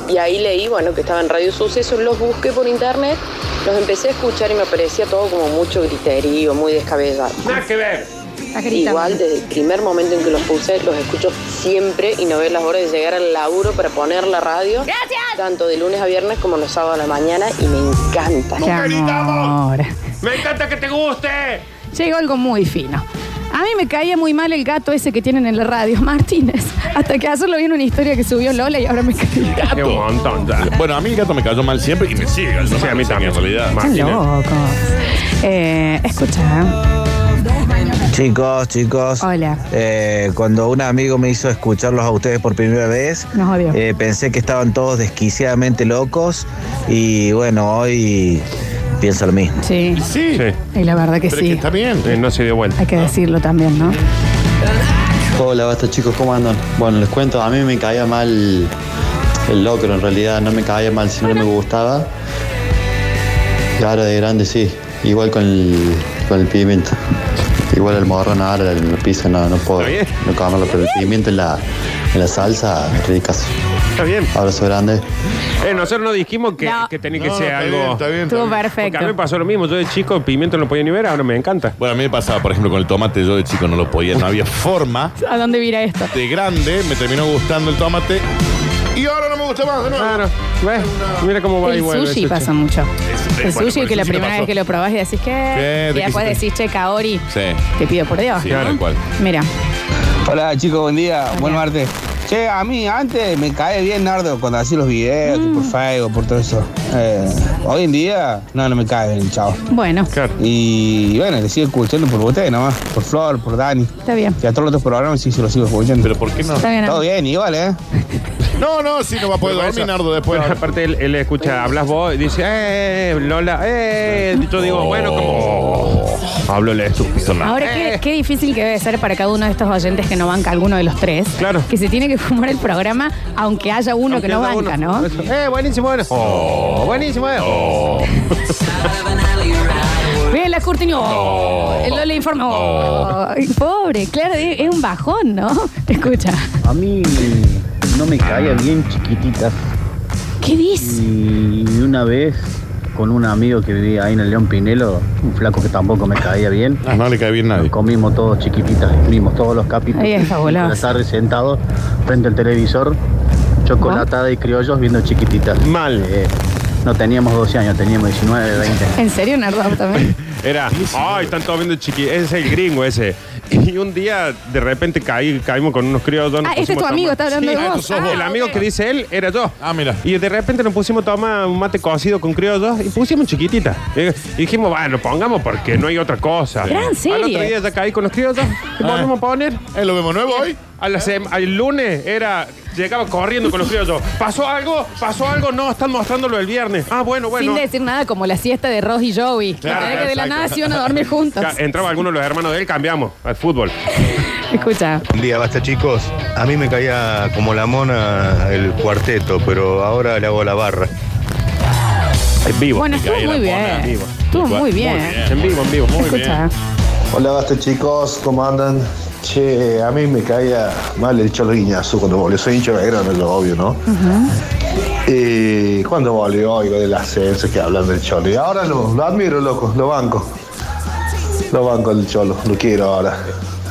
y ahí leí, bueno, que estaba en Radio Suceso, los busqué por internet, los empecé a escuchar y me parecía todo como mucho griterío, muy descabellado. Nada que ver. Está gritando. Igual desde el primer momento en que los puse, los escucho siempre y no veo las horas de llegar al laburo para poner la radio. ¡Gracias! Tanto de lunes a viernes como los sábados a la mañana y me encanta. Qué amor. Me encanta que te guste. Llegó algo muy fino. A mí me caía muy mal el gato ese que tienen en la radio, Martínez. Hasta que hacerlo vi en una historia que subió Lola y ahora me caía. Qué montón ya. Bueno, a mí el gato me cayó mal siempre y me sigue cayendo mal, Sí, a mí o sea, también. que En realidad. Mal. Están Martínez. locos. Eh, escucha, Chicos, chicos. Hola. eh, cuando un amigo me hizo escucharlos a ustedes por primera vez, nos odio. eh, pensé que estaban todos desquiciadamente locos y bueno, hoy pienso lo mismo. Sí, Sí. Sí, y la verdad que Pero es que sí. está bien. eh, no se dio vuelta. Hay que decirlo también, ¿no? Hola, basta chicos, ¿cómo andan? Bueno, les cuento, a mí me caía mal el locro, en realidad no me caía mal, sino no me gustaba. Y ahora de grande sí, igual con el, con el pimiento. Igual el morrón ahora en el piso no, no puedo Está bien. no comerlo, pero el pimiento en la, en la salsa, ricas. Está bien. Abrazo grande. Eh, nosotros no dijimos que, No. que tenía No, que no, ser está algo. bien, está bien, está Estuvo bien. Porque a mmí me perfecto. pasó lo mismo. Yo de chico, pimiento no podía ni ver, ahora me encanta. Bueno, a mí me pasaba, por ejemplo, con el tomate, yo de chico no lo podía, no había forma. ¿A dónde vira esto? De grande me terminó gustando el tomate y ahora no me gusta más de nuevo. Claro. ¿Ves? Mira cómo va y El vuelve. sushi ese, pasa che. mucho. Ese- El bueno, sushi bueno, que el la sushi me primera pasó. vez que lo probás y decís que... de Y después que- decís, che, Kaori, Sí. te pido por Dios. Sí, ¿no? tal cual. Mira, Hola chicos, buen día, buen martes. Che, a mí antes me cae bien Nardo cuando hacía los videos, que por Facebook, por todo eso. Eh, hoy en día, no, no me cae bien, chao. bueno, Claro. Y bueno, le sigo escuchando por ustedes nomás, por Flor, por Dani. está bien. Y a todos los otros programas sí se los sigo escuchando. Pero ¿por qué no? Está bien. Todo bien, igual, ¿eh? No, no, sí, no va a poder Pero eso- dormir, Nardo, después. Pero aparte, él, él escucha, hablas vos y dice, eh, Lola, eh. Y yo digo, bueno, como. Oh. Hablo el estúpido, Nardo. Ahora, qué, qué difícil que debe ser para cada uno de estos oyentes que no banca alguno de los tres. Claro. Que se tiene que fumar el programa, aunque haya uno que no banca, ¿no? Eh, buenísimo, bueno. Oh, buenísimo, eh. Oh. Ve la Curtin, oh, el Lola informa, oh. Ay, pobre, claro, es es un bajón, ¿no? Escucha. A mí no me caía bien chiquititas. ¿Qué dices? Y una vez con un amigo que vivía ahí en el León Pinelo, un flaco que tampoco me caía bien. Ah, no le cae bien nadie. Comimos todos chiquititas, vimos todos los capítulos. Ahí es fabuloso. A la tarde sentados frente al televisor, chocolatada y criollos viendo chiquititas. Eh, Mal. no teníamos 12 años, teníamos 19, 20. ¿En serio, Nardo, también? Era, ay, están todos viendo chiqui. Ese es el gringo ese. Y un día, de repente, caí, caímos con unos criollos. nos Ah, este es tu pusimos a amigo, tomar- está hablando de ah, vos. estos sos vos. Ah, el amigo ok. que dice él era yo. Ah, mira. Y de repente nos pusimos a tomar un mate cocido con criollos y pusimos chiquitita. Y dijimos, bueno, pongamos porque no hay otra cosa. Gran Al otro serie. Ah. día ya caí con los criollos. ¿Qué volvemos a poner? Eh, ¿Lo vemos nuevo hoy? al lunes era... Llegaba corriendo con los criollos. ¿Pasó algo? ¿Pasó algo? No, están mostrándolo el viernes. Ah, bueno, bueno. Sin decir nada como la siesta de Ross y Joey. Claro, que tenés que de la exacto. nada se iban a dormir juntos. Ya, Entraba alguno de los hermanos de él, cambiamos al fútbol. eh, Escucha. Buen día, basta chicos. A mí me caía como la mona el cuarteto, pero ahora le hago la barra. En vivo. Bueno, estuvo muy bien. Estuvo muy bien. En vivo, en vivo. Muy Escucha. Hola, basta chicos, ¿cómo andan? Che, a mí me caía mal el Cholo Guiñazú cuando volvió. Soy hincha no es lo obvio, ¿no? Y cuando volvió, oigo del ascenso que hablan del Cholo. Y ahora lo, lo admiro, loco, lo banco. Lo banco el Cholo, lo quiero ahora,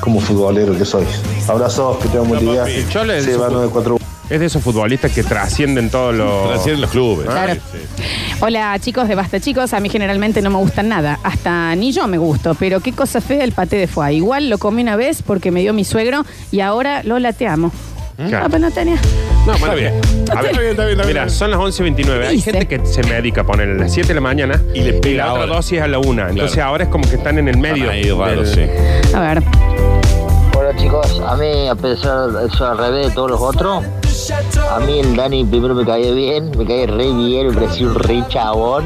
como futbolero que soy. Abrazos, que tengan buen día. El Cholo es Se un van fut- 9-4-1. Es de esos futbolistas que trascienden todos los. Trascienden los clubes. Claro. Hola chicos de Basta Chicos, a mí generalmente no me gustan nada, hasta ni yo me gusto, pero qué cosa fea el paté de foie. Igual lo comí una vez porque me dio mi suegro y ahora Lola te amo. Ah, Claro. pues no tenía. No, bueno, bien. A ver, Mira, son las 11.29. Hay Dice. gente que se medica, ponen a las 7 de la mañana y, le la otra dosis a la 1. Entonces Claro. ahora es como que están en el medio. raro, del- sí. A ver. Bueno chicos, a mí a pesar de ser al revés de todos los otros, a mí el Dani primero me caía bien, me caía re bien, me parecía un re chabón.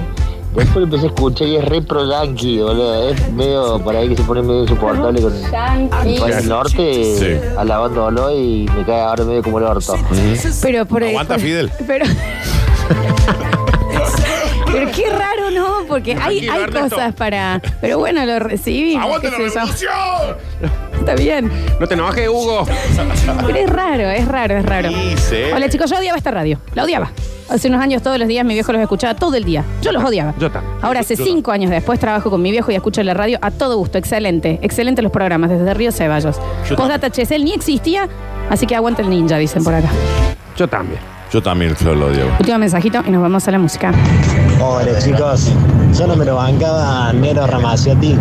Después lo empecé a escuchar y es re pro yankee, boludo. Es medio, por ahí que se pone medio insoportable con Yankee. con el norte, alabándolo y me cae ahora medio como el orto. Pero por Aguanta, por- Fidel. Pero. Pero qué raro, ¿no? Porque hay, Tranquilo, hay Ernesto. cosas para. Pero bueno, lo recibimos. ¡Aguante qué la sé yo. revolución! Está bien. No te enojes, Hugo. Pero es raro, es raro, es raro. sí. Hola chicos, yo odiaba esta radio. La odiaba. Hace unos años todos los días mi viejo los escuchaba todo el día. Yo los odiaba. Yo también. Ahora hace Yo cinco años después trabajo con mi viejo y escucho la radio a todo gusto. Excelente. Excelente los programas desde Río Ceballos. Yo Postdata Chesel ni existía, así que aguanta el ninja, dicen por acá. Yo también. Yo también, Flor, lo odio. Último mensajito y nos vamos a la música. Hola chicos, yo no me lo bancaba a Nero Ramazzotti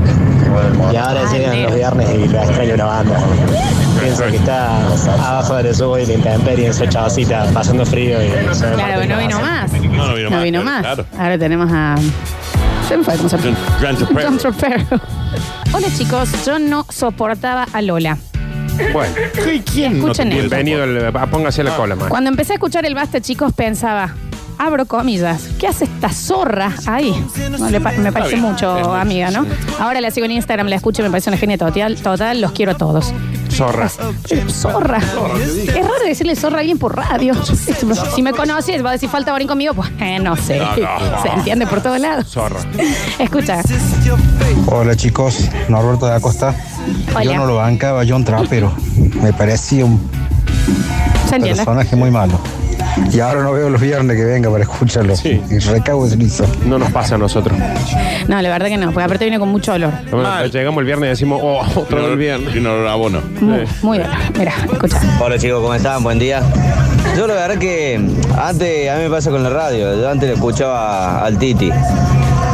y ahora Ah, llegan los viernes y lo extraño una banda. Pienso que está abajo del subo y la intemperie en su chavacita, pasando frío y Claro, no vino más. No, no vino No más, vino claro, más. claro. Ahora tenemos a. Se me fue, ¿cómo se llama? Gran John Tropero. Hola chicos, yo no soportaba a Lola. Bueno. no te Escuchen puede esto. Bienvenido, al- a- póngase la cola, man. Cuando empecé a escuchar el basta, chicos, pensaba, abro comillas, ¿qué hace esta zorra ahí? No, le pa- me parece bien, mucho, es mucho, amiga, ¿no? Ahora la sigo en Instagram, la escucho y me parece una genia total, total, los quiero a todos. Zorra. Zorra. Es raro decirle zorra a alguien por radio. Si me conoces, va a decir falta varín conmigo, pues eh, no sé. No, no. Se entiende por todos lados. Zorra. Escucha. Hola chicos, Norberto de Acosta. Hola. Yo no lo bancaba, John Trapero. Me parecía un ¿Se entiende? personaje muy malo. Y ahora no veo los viernes que venga para escucharlo. Y recago de liso. No nos pasa a nosotros. No, la verdad que no, porque aparte viene con mucho olor. Bueno, llegamos el viernes y decimos, oh, otro del viernes. Y no lo abono. Muy, muy bien. Mira, escucha. Hola chicos, ¿cómo están? Buen día. Yo la verdad que antes, a mí me pasa con la radio, yo antes le escuchaba al Titi.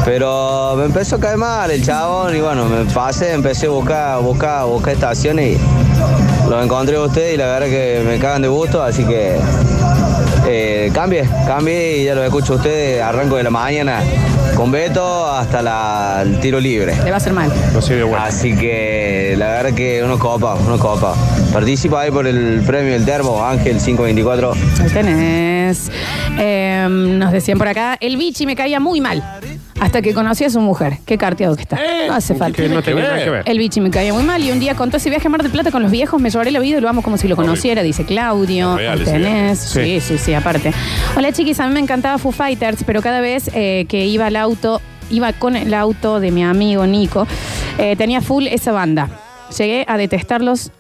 Pero me empezó a caer mal el chabón y bueno, me pasé, empecé a buscar, buscar, buscar estaciones y lo encontré a ustedes y la verdad que me cagan de gusto, así que eh, cambie, cambie y ya lo escucho a ustedes, arranco de la mañana con Beto hasta la- el tiro libre. Le va a hacer mal. Así que la verdad que uno copa, uno copa. Participa ahí por el premio del termo, Ángel 524. Ahí tenés. Eh, nos decían por acá, el bichi me caía muy mal. Hasta que conocí a su mujer. Qué carteado que está. no hace falta. que no tenía nada que ver. El bichi me caía muy mal y un día contó ese viaje a Mar del Plata con los viejos, me lloré la vida y lo amo como si lo conociera, dice Claudio. Real Ahí ese tenés. Sí. viaje. sí, sí, aparte. Hola chiquis, a mí me encantaba Foo Fighters, pero cada vez eh, que iba al auto, iba con el auto de mi amigo Nico, eh, tenía full esa banda. Llegué a detestarlos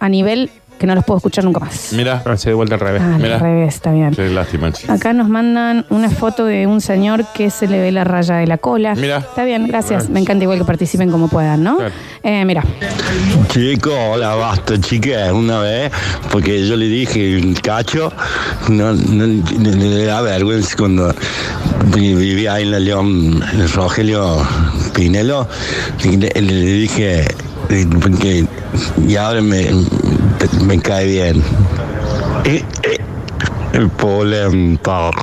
a nivel que no los puedo escuchar nunca más. Mira. Se de vuelta al revés. Ah, al revés, está bien. Qué lástima, chico. Acá nos mandan una foto de un señor que se le ve la raya de la cola. Mira. Está bien, gracias. Me encanta igual que participen como puedan, ¿no? Eh, mira. Chico, hola, basta, chica, una vez, porque yo le dije, cacho, no, no- le, le da vergüenza cuando mm, vi- vivía ahí en la León, en Rogelio Pinelo, le, le dije, eh, porque- y ahora me, me cae bien. Eh, eh, El polen, por.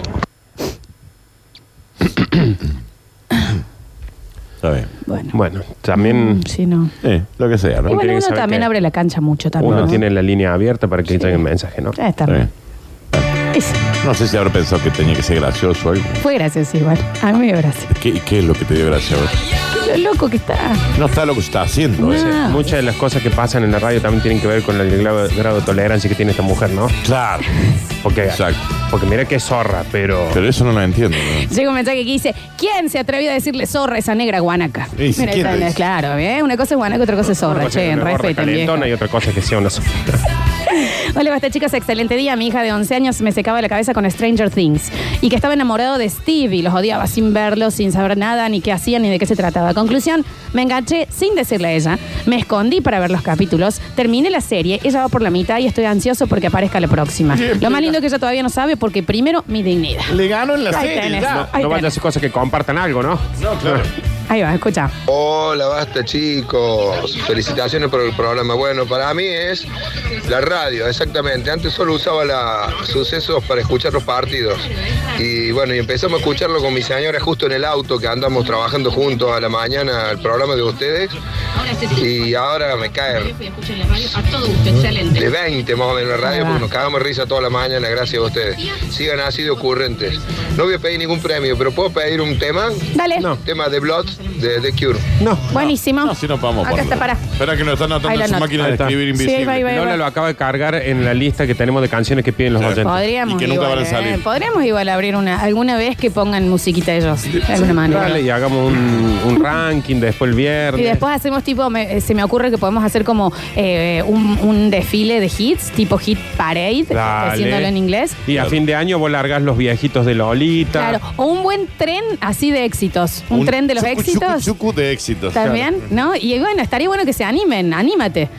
Está bien. Bueno. Mm, también. Sí, no. Eh, lo que sea, ¿no? Igual tiene que uno saber también que abre la cancha mucho también. Uno ¿no? tiene la línea abierta para que lleguen mensajes, ¿no? Ah, está bien. Es- No sé si habrá pensado que tenía que ser gracioso o algo. Fue gracioso igual. A mí me dio gracia. ¿Qué, qué es lo que te dio gracia? a ver? Qué lo loco que está. No está lo que está haciendo. eh. No. O sea, Muchas de las cosas que pasan en la radio también tienen que ver con el grado, grado de tolerancia que tiene esta mujer, ¿no? Claro. Porque, porque mira que es zorra, pero. Pero eso no la entiendo. Llega un mensaje que dice, ¿quién se atrevió a decirle zorra a esa negra guanaca? Y si Mira, quiere, esa- dice. claro, ¿eh? Una cosa es guanaca, otra cosa es zorra. Che, respeten, viejo. calentona y otra cosa que sea una zorra. Hola, basta chicos, excelente día. Mi hija de 11 años me secaba la cabeza con Stranger Things y que estaba enamorado de Stevie. Los odiaba sin verlo, sin saber nada, ni qué hacía, ni de qué se trataba. Conclusión, me enganché sin decirle a ella. Me escondí para ver los capítulos. Terminé la serie, ella va por la mitad y estoy ansioso porque aparezca la próxima. Bien, Lo más lindo es que ella todavía no sabe porque primero mi dignidad. Le gano en la Ahí serie, tenés, ya. No, ahí no vaya a tenés. hacer cosas que compartan algo, ¿no? No, claro. Ahí va, escucha. Hola, basta chicos. Felicitaciones por el programa. Bueno, para mí es la radio, exactamente. Antes solo usaba la sucesos para escuchar los partidos. Y bueno, y empezamos a escucharlo con mi señora justo en el auto que andamos trabajando juntos a la mañana el programa de ustedes. Y ahora me cae de 20 más o menos en la radio porque nos cagamos de risa toda la mañana, gracias a ustedes. Sigan así de ocurrentes. No voy a pedir ningún premio, pero ¿puedo pedir un tema? Dale. Tema de Blood, de The Cure. No. Buenísimo. No, si no vamos Acá está, para. Espera que nos están Ahí anotando la en su nota. máquina Ahí de está. escribir invisible. Sí, ahí va, ahí va, ahí Lola va. lo acaba de cargar en la lista que tenemos de canciones que piden los oyentes. Podríamos, igual, eh, podríamos igual abrir una, alguna vez que pongan musiquita ellos, de alguna manera. Dale, y hagamos un, un ranking después el viernes. Y después hacemos tipo, me- eh, se me ocurre que podemos hacer como eh, un, un desfile de hits, tipo hit parade, Dale. haciéndolo en inglés. Y a fin de año vos largas los viejitos de Lolita. Claro, o un buen tren así de éxitos, un, Un tren de los chucu, éxitos. Chucu de éxitos. También, ¿no? Y bueno, estaría bueno que se animen, anímate.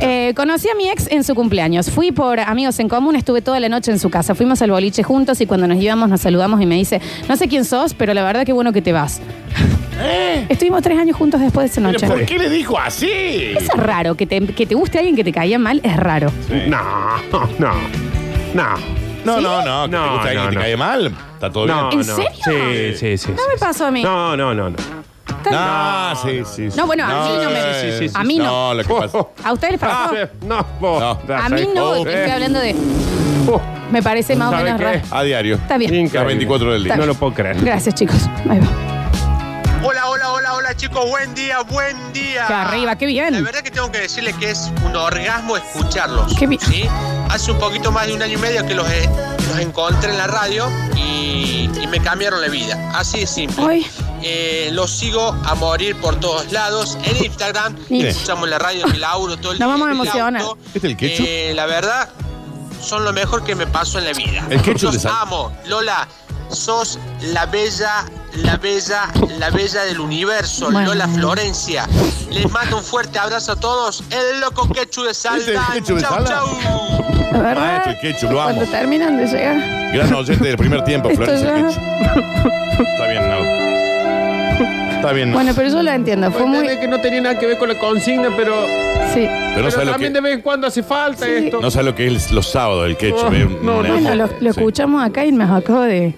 Eh, conocí a mi ex en su cumpleaños. Fui por amigos en común, estuve toda la noche en su casa. Fuimos al boliche juntos y cuando nos íbamos nos saludamos y me dice, no sé quién sos, pero la verdad que bueno que te vas. Estuvimos tres años juntos después de esa ¿Eh? Pero noche. ¿Por qué le dijo así? Eso es raro, que te, que te guste alguien que te caía mal es raro. No, no, no. No, no, no, que te gusta alguien que te cae mal. Está todo No, bien. ¿En no. serio? Sí, sí, sí. No me pasó a mí. No, no, no, no. No, sí, sí. sí. No, bueno, a mí no me- sí, sí, sí, a sí. mí no. Oh. No, lo que pasa. ¿A ustedes les pasó? Ah, eh, No, vos. uh, a mí no, Ah, Oh, que eh. estoy hablando de... Me parece más o ¿Sabe menos qué? raro. A diario. Está bien. Las 24 del día. Está bien. puedo creer. Gracias, chicos. Ahí va. Hola, hola, hola, hola chicos, buen día, buen día. Que arriba, qué bien. La verdad que tengo que decirle que es un orgasmo escucharlos. Qué bien. ¿sí? Hace un poquito más de un año y medio que los, eh, los encontré en la radio y, y me cambiaron la vida. Así de simple. Eh, los sigo a morir por todos lados. En Instagram, Sí. escuchamos la radio en el auro todo el Nos día vamos a en el emocionar. auto. ¿Es el ketchup? Eh, la verdad, son lo mejor que me pasó en la vida. El ketchup de Los sal. amo, Lola. Sos la bella, la bella, la bella del universo, Bueno. Lola Florencia. Les mando un fuerte abrazo a todos. El loco ketchup de ¿Es el Salta. ketchup de Chau, Salta? chau. La verdad, Maestro, el ketchup, Ah, este lo cuando amo. terminan de llegar, Gran oyente del primer tiempo, esto Florencia. ya... Está bien, no. Está bien. Bueno, pero yo lo entiendo. Fue muy. que no tenía nada que ver con la consigna, pero. Sí. Pero no sabe lo también que- de vez en cuando hace falta esto. No sabe lo que es los sábados el ketchup. Oh, eh, un- no, no. una- Bueno, lo, lo escuchamos acá y nos acabó de.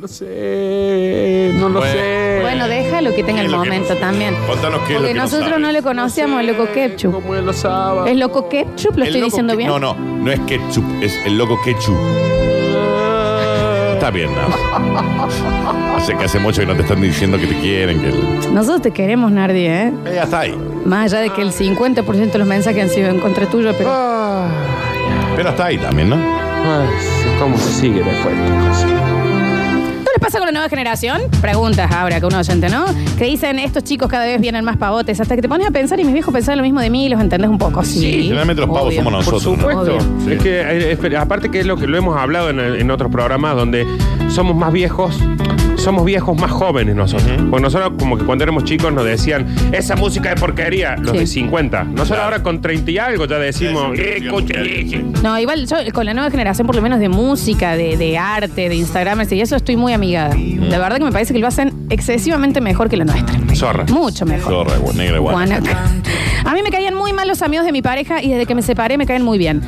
No sé, eh, no lo Bueno. sé. Bueno, déjalo que tenga el momento también. Contanos qué es lo Porque que no nosotros sabe. no, le conocíamos el loco ketchup. ¿Es loco ketchup? ¿Lo El estoy loco diciendo que- bien? No, no, no es ketchup, es el loco ketchup. Está bien, no. sé que hace mucho que no te están diciendo que te quieren, que el- Nosotros te queremos, Nardi, ¿eh? Eh, ya está ahí. Más allá de que el 50% de los mensajes han sido en contra tuyo, pero. Ah. Pero está ahí también, ¿no? ¿Cómo se sigue después esta cosa? ¿No les pasa con la nueva generación? Preguntas ahora que un oyente, ¿no? Que dicen, estos chicos cada vez vienen más pavotes. Hasta que te pones a pensar y mis viejos pensaban lo mismo de mí y los entendés un poco. Sí, generalmente los pavos obvio. somos nosotros. Por supuesto. ¿no? Es que, eh, es- aparte que es lo que lo hemos hablado en, en otros programas donde somos más viejos, somos viejos más jóvenes nosotros. Porque nosotros como que cuando éramos chicos nos decían, esa música es porquería, los Sí. de 50. Nosotros ahora con 30 y algo ya decimos, "Eh, escuchen, eh". No, igual yo con la nueva generación, por lo menos de música, de, de arte, de Instagramers y eso, estoy muy amigada. La verdad que me parece que lo hacen excesivamente mejor que la nuestra. Zorra. Mucho mejor. Zorra, gu- negra y guana. Guanaca. A mí me caían muy mal los amigos de mi pareja y desde que me separé me caen muy bien.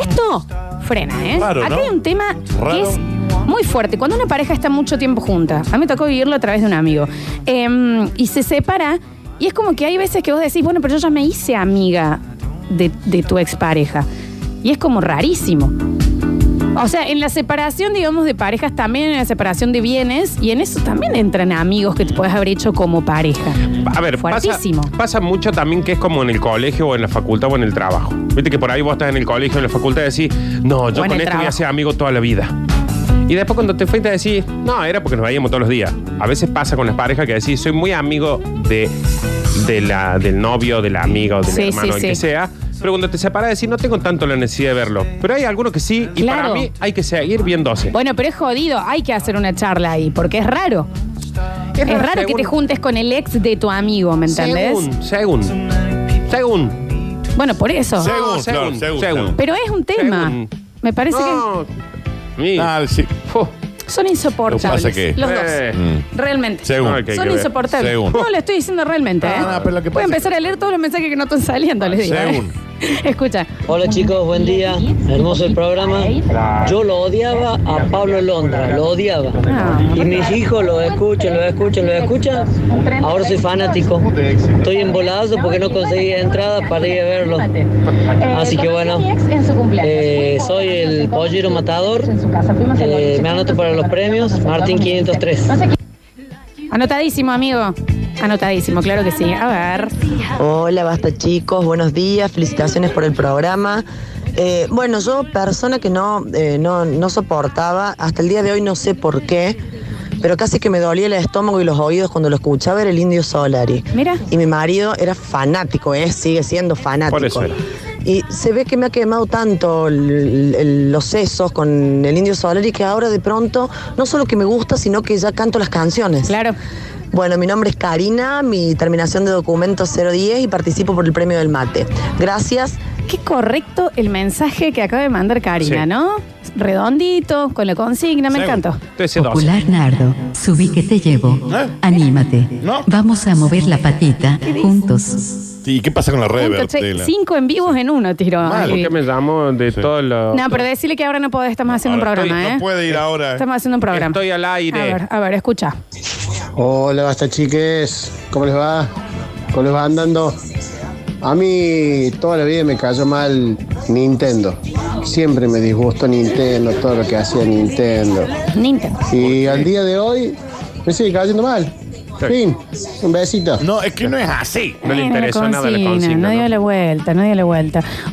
Esto frena, ¿eh? Raro, Acá ¿no? hay un tema Raro. que es muy fuerte. Cuando una pareja está mucho tiempo junta, a mí me tocó vivirlo a través de un amigo, em, y se separa, y es como que hay veces que vos decís, bueno, pero yo ya me hice amiga de, de tu expareja. Y es como rarísimo. O sea, en la separación, digamos, de parejas también, en la separación de bienes, y en eso también entran amigos que te puedes haber hecho como pareja. A ver, pasa, Fuertísimo. pasa mucho también que es como en el colegio o en la facultad o en el trabajo. Viste que por ahí vos estás en el colegio o en la facultad y decís, no, yo O en el con este voy a trabajo. ser amigo toda la vida. Y después cuando te fuiste decís, no, era porque nos veíamos todos los días. A veces pasa con las parejas que decís, soy muy amigo de, de la, del novio, de la amiga o del Sí, hermano, sí, el que sí. sea. Pero cuando te separas decís, no tengo tanto la necesidad de verlo. Pero hay algunos que sí, y Claro. para mí hay que seguir viéndose. Bueno, pero es jodido, hay que hacer una charla ahí, porque es raro. Es raro, que según- te juntes con el ex de tu amigo, ¿me entendés? Según, según. Según. Bueno, por eso. Según, claro, según, según. Pero es un tema. Me parece No, que. Ah, sí. que son insoportables. Lo que pasa que- Los dos. Eh. Mm. Realmente. Según. No, hay que Son ver. insoportables. Según. No, lo estoy diciendo realmente, ¿eh? Voy a empezar a leer todos los mensajes que no están saliendo, les digo. ¿eh? Escucha. Hola chicos, buen día. Hermoso el programa. Yo lo odiaba a Pablo Londra, lo odiaba. Ah. Y mis hijos lo escuchan, lo escuchan, lo escuchan. Ahora soy fanático. Estoy embolazo porque no conseguí entrada para ir a verlo. Así que bueno, eh, soy el pollero matador. Eh, me anoto para los premios. Martín 503. Anotadísimo, amigo. Anotadísimo, claro que sí. A ver. Hola, basta chicos, buenos días, felicitaciones por el programa. Eh, bueno, yo persona que no, eh, no, no soportaba, hasta el día de hoy no sé por qué, pero casi que me dolía el estómago y los oídos cuando lo escuchaba era el indio Solari. Mira. Y mi marido era fanático, ¿eh? sigue siendo fanático. Por eso era. Y se ve que me ha quemado tanto el- el- los sesos con el Indio Solari que ahora de pronto no solo que me gusta, sino que ya canto las canciones. Claro. Bueno, mi nombre es Karina, mi terminación de documento 010 y participo por el premio del mate. Gracias. Qué correcto el mensaje que acaba de mandar Karina, Sí. ¿no? Redondito, con la consigna, me encantó. Popular Nardo, subí que te llevo. ¿Eh? Anímate. Vamos a mover la patita juntos. Sí, ¿Y qué pasa con la reverb? Punto, che, Tela? cinco en vivos en uno tiró. Mal, Ahí. porque me llamo de todos los. No, pero decirle que ahora no podés, estamos haciendo un Ahora programa, estoy- ¿eh? no puede ir ahora. Estamos haciendo un programa. Estoy al aire. A ver, a ver, escucha. Hola, basta chiques. ¿Cómo les va? ¿Cómo les va andando? A mí toda la vida me cayó mal Nintendo. Siempre me disgustó Nintendo, todo lo que hacía Nintendo. Nintendo. Y al día de hoy me sigue cayendo mal. Fin. Un besito. No, es que no es así. Eh, la consigna, No dio la vuelta, no dio la vuelta.